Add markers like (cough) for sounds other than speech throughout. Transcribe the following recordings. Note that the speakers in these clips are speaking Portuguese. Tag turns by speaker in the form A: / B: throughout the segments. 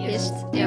A: é
B: é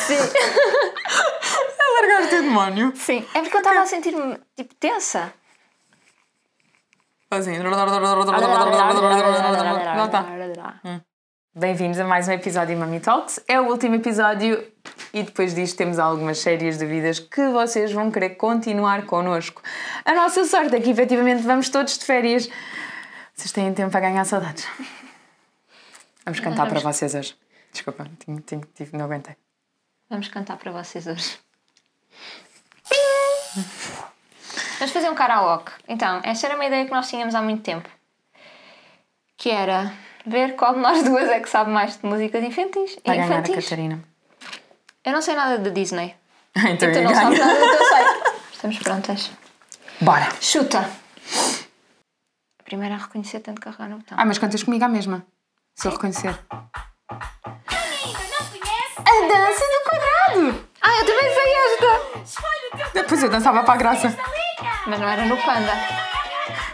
A: Sim,
C: Largaste o demónio.
A: sim. É porque eu estava a sentir-me tipo tensa.
C: Assim. Não tá.
A: Sim,
C: Bem-vindos a mais um episódio de Mami Talks. É o último episódio e depois disto temos algumas sérias dúvidas que vocês vão querer continuar connosco. A nossa sorte é que efetivamente vamos todos de férias. Vocês têm tempo para ganhar saudades. Vamos cantar para vocês hoje. Desculpa, tinha- tinha- tive- não aguentei.
A: Vamos cantar para vocês hoje. Vamos fazer um karaoke. Então, esta era uma ideia que nós tínhamos há muito tempo. Que era ver qual de nós duas é que sabe mais de músicas infantis.
C: Vai ganhar a
A: infantis.
C: Catarina. (laughs)
A: Eu não sei nada da Disney.
C: Então,
A: Tu
C: eu
A: não sabes
C: ganho.
A: nada do que eu sei. (laughs) Estamos prontas.
C: Bora!
A: Chuta! A primeira a reconhecer tanto carregar no botão.
C: Ah, mas cantas comigo à mesma. Se eu reconhecer.
A: A dança do quadrado! Ah, eu também sei esta!
C: Depois eu dançava para a graça.
A: Mas não era no panda.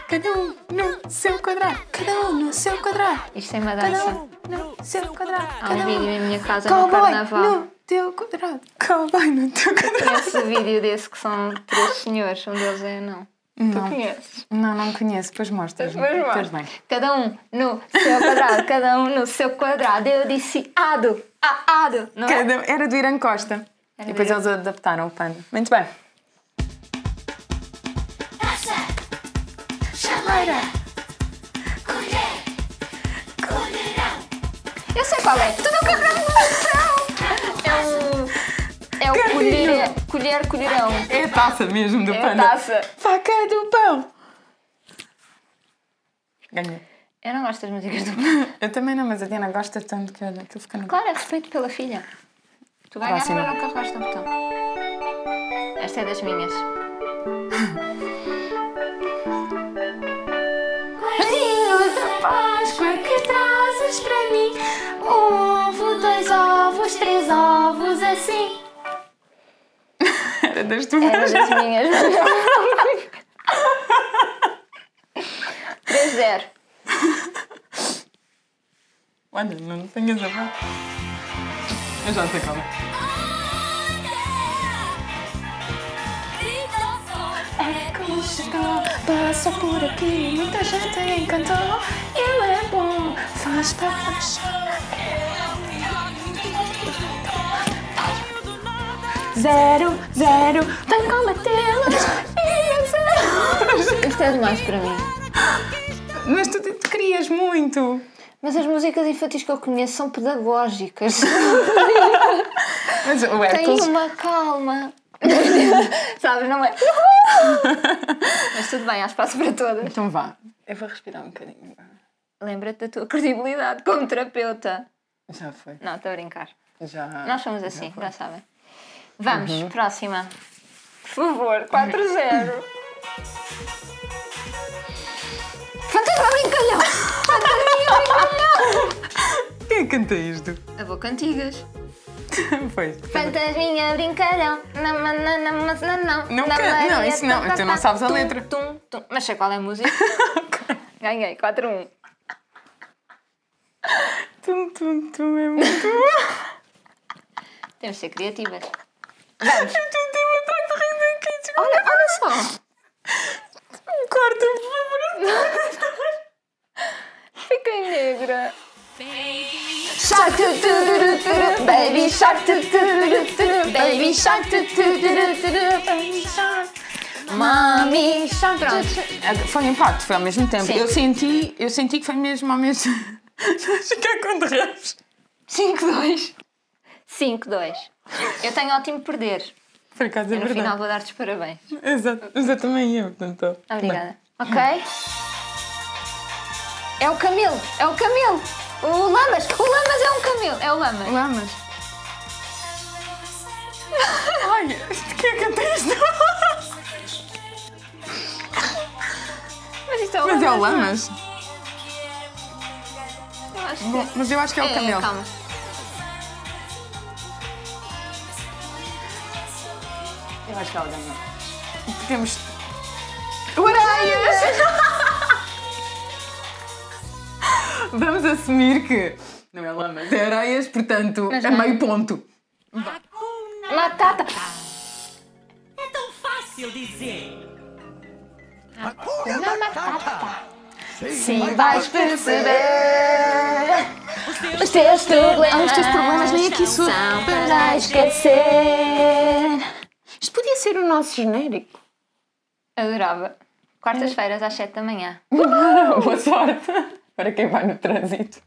C: Cada um no seu quadrado. Cada um no seu quadrado.
A: Isto é uma
C: Cada
A: dança.
C: um no seu quadrado.
A: Há um
C: Cada
A: vídeo
C: um.
A: em minha casa no
C: Cowboy
A: carnaval.
C: no teu quadrado. Cowboy no teu quadrado.
A: Esse vídeo desse que são três senhores, um deles é não. Tu
C: Não,
A: conheces?
C: não, não conheço. Depois mostras.
A: Mas vá.
C: Estás bem.
A: Cada um no seu quadrado, cada um no seu quadrado. Eu disse ado, a ado, não é?
C: Cada- Era do Irã Costa.
A: Era
C: E depois
A: do
C: eles adaptaram o panda. Muito bem.
A: Eu sei qual é. Tudo o carregar no botão! um É o. É o colher,
C: Carrinho.
A: colher, colherão.
C: É a taça mesmo do
A: É a
C: panda.
A: taça.
C: Faca do pão. Ganhei.
A: Eu não gosto das músicas do
C: Eu também não, mas a Diana gosta tanto que olha, aquilo fica no
A: Claro, é respeito pela filha. Tu vai ganhar,
C: Próxima.
A: mas não carregaste no botão. Esta é das minhas.
D: Coelhinho da Páscoa que trazes para mim Um ovo, dois ovos, três ovos, assim
C: Era das
A: Era
C: tuas.
A: das minhas. (laughs) mas não. 3-0.
C: Olha, não tenhas a voz. Eu já sei qual é. Passou por aqui, muita gente encantou. Ele é bom, faz parte. Zero, zero, tem como tê-las.
A: Isto é demais para mim.
C: Mas tu te querias muito.
A: Mas as músicas infantis que eu conheço são pedagógicas.
C: Mas o
A: (laughs) Tem um.
C: Hércules.
A: uma calma. (laughs) Sabes, não é? (laughs) Mas tudo bem, há espaço para todas.
C: Então vá. Eu vou respirar um bocadinho.
A: Lembra-te da tua credibilidade como terapeuta.
C: Já foi.
A: Não, estou a brincar.
C: Já. Uhum.
A: Nós somos assim, já sabem. Vamos, próxima. Por favor, 4-0. Fantasma brincalhão! Fantasma brincalhão!
C: Quem é canta isto? (laughs)
A: Avô cantigas.
C: Pois.
A: Fantasminha brincalhão. Na, na, na, na, mas na, não,
C: Não
A: Na
C: can-
A: Maria,
C: não, isso não,
A: tá, tá,
C: tu não
A: tá,
C: sabes a
A: tum,
C: letra.
A: tum, tum. Mas sei qual é
C: (laughs)
A: a música. Ganhei, 4-1.
C: Tum, tum, tum, é
A: (laughs)
C: muito.
A: Temos de ser criativas.
C: Eu já dei um ataque de riso aqui. desculpa.
A: Olha, olha só.
C: Corta, Um por favor.
A: Fiquei negra. Shark tu, tu, tu, tu, tu, tu, baby shark tu, tu, tu, tu, tu, tu, baby shark tu, tu, tu, tu, tu, tu, baby shark. Mami shark. Pronto.
C: Foi um impacto, foi ao mesmo tempo.
A: Sim.
C: Eu senti, eu senti que foi mesmo ao mesmo. (laughs) Vais ficar com derrames.
A: 5-2. 5-2. Eu tenho ótimo perder.
C: Por acaso é
B: Eu no final
C: verdade.
B: vou dar-te os parabéns.
C: Exato, mas eu também eu, portanto.
B: Obrigada.
A: Ok? É o Camilo, é o Camilo! O Lamas, o Lamas é um Camilo, é o Lamas.
C: Lamas. (laughs) Ai, de que é que eu tenho isto?
A: Mas isto é o
C: Mas é o
A: não é?
C: Lamas?
A: Eu acho
C: Bom, mas eu acho que é o Camelo.
A: calma.
C: Eu acho que é o Camelo. Temos. O Areias! (laughs) Vamos assumir que. Não é Lamas, é Areias, portanto, é meio (laughs) ponto.
A: Matata.
E: É tão fácil dizer.
A: Sim, vais perceber Os teus problemas Os teus problemas nem aqui são para esquecer
C: Isto podia ser o nosso genérico.
A: Adorava Quartas-feiras às 7 da manhã
C: Boa sorte para quem vai no trânsito.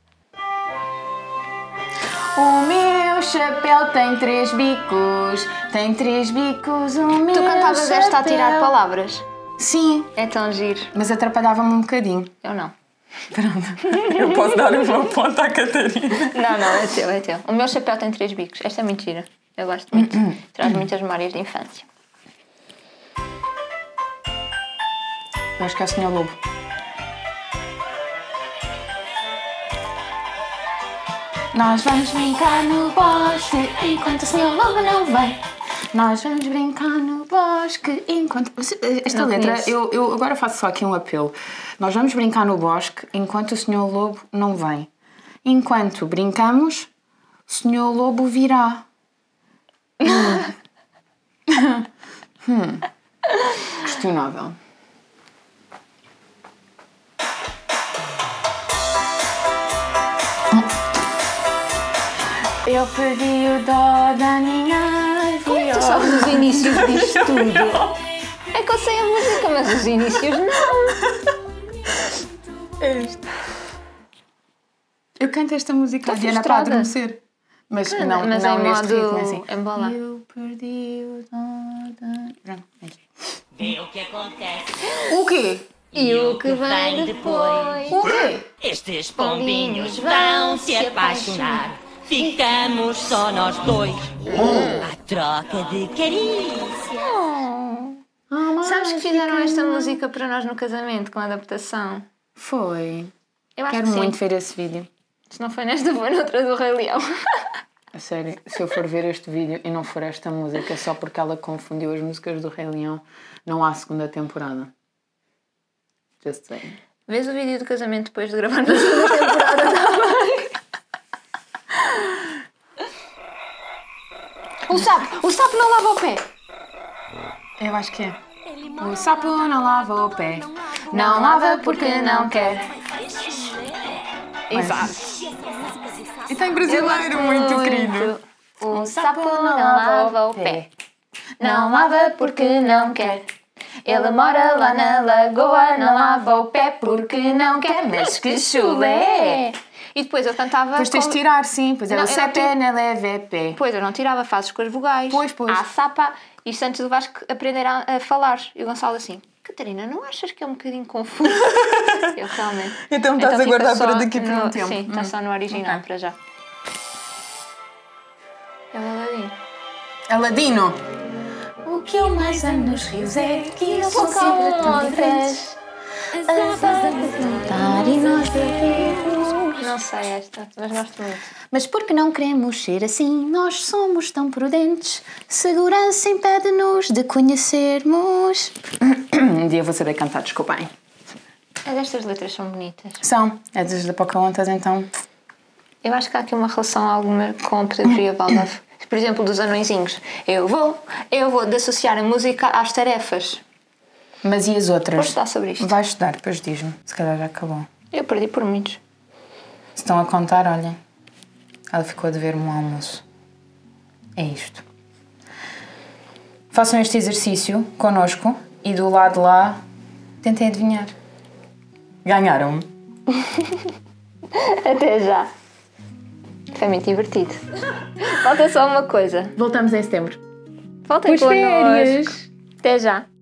C: O meu chapéu tem três bicos, tem três bicos. O meu
A: Tu cantavas
C: chapéu.
A: esta a tirar palavras
C: Sim,
A: É tão giro
C: mas atrapalhava-me um bocadinho.
A: Eu não
C: Eu posso dar uma ponta à Catarina.
A: Não, não, é teu, é teu O meu chapéu tem três bicos Esta é mentira Eu gosto muito Traz muitas memórias de infância
C: Eu acho que é o Senhor Lobo.
D: Nós vamos brincar no bosque enquanto o senhor lobo não vem. Nós vamos brincar no bosque enquanto.
C: eh, Esta letra, eu, eu agora faço só aqui um apelo. Nós vamos brincar no bosque enquanto o Senhor Lobo não vem. Enquanto brincamos, o Senhor Lobo virá. Hum. Hum. Questionável. Eu perdi o dó da minha
A: Tu sabes os inícios disto tudo É que eu sei a música Mas os inícios não
C: Eu canto esta música à
A: Tô
C: Diana para
A: frustrada.
C: adormecer. Mas
A: Canta,
C: não,
A: mas
C: não
A: em
C: neste
A: modo-
C: ritmo, assim.
A: em bola.
C: Eu perdi o dó da- Pronto, é isto.
E: Vê o que acontece.
C: O quê?
A: E o que vem depois
C: O quê?
E: Estes pombinhos vão se apaixonar. Ficamos só nós dois. A troca de carinho.
A: Oh. Sabes que fizeram esta música para nós no casamento, com a adaptação?
C: Foi.
A: Eu acho
C: Quero
A: que
C: muito
A: sim.
C: ver esse vídeo.
A: Se não foi nesta, foi noutra do Rei Leão.
C: A sério, se eu for ver este vídeo e não for esta música só porque ela confundiu as músicas do Rei Leão, não há segunda temporada. Just saying.
A: Vês o vídeo do casamento depois de gravar na segunda temporada tá (laughs) também?
D: O sapo! O sapo não lava o pé!
C: Eu acho que é. O sapo não lava o pé.
A: Ah, Não lava porque não quer.
C: Exato. E tem brasileiro muito querido.
A: O sapo não lava o pé. Não lava porque não quer. Ele mora lá na lagoa, não lava o pé porque não quer. Mas que chulé! E depois eu cantava.
C: Depois tens de
A: com-
C: tirar, sim. Pois é,
A: Não,
C: o
A: eu não
C: CP
A: tiro.
C: na é LVP.
A: Pois, eu não tirava frases com as vogais.
C: Pois, pois.
A: À sapa. Isto antes do Vasco aprender a, a falar. E o Gonçalo assim, Catarina, não achas que é um
C: (laughs)
A: bocadinho confuso? eu realmente.
C: Então estás a
A: fica
C: guardar
A: só
C: para daqui por
A: no-
C: um tempo.
A: Sim, está
C: Hum.
A: só no original para já. É o Aladim.
C: Aladino.
D: O que eu mais amo nos rios é que eles são sempre tão diferentes.
A: Outras.
D: As asas de cantar e nós bebemos.
A: Não sei esta, mas gosto muito.
D: Mas porque não queremos ser assim, nós somos tão prudentes. Segurança impede-nos de conhecermos.
C: (coughs) Um dia vou saber cantar, desculpem.
A: Mas estas É letras são bonitas.
C: São. É desde a Pocahontas, então.
A: Eu acho que há aqui uma relação alguma com a pedagogia Waldorf. Por exemplo, dos anõezinhos. Eu vou, eu vou de associar a música às tarefas.
C: Mas e as
A: Vou
C: outras?
A: estudar sobre isto.
C: Vai estudar, depois diz-me. Se calhar já acabou.
A: Eu perdi por muitos.
C: Se estão a contar, olhem. Ela ficou a dever-me um almoço. É isto. Façam este exercício connosco e do lado lá tentem adivinhar. Ganharam-me.
A: (laughs) Até já. Foi muito divertido. Falta só uma coisa.
C: Voltamos em setembro.
B: Voltem
C: Boas
B: connosco.
C: férias!
B: Até já.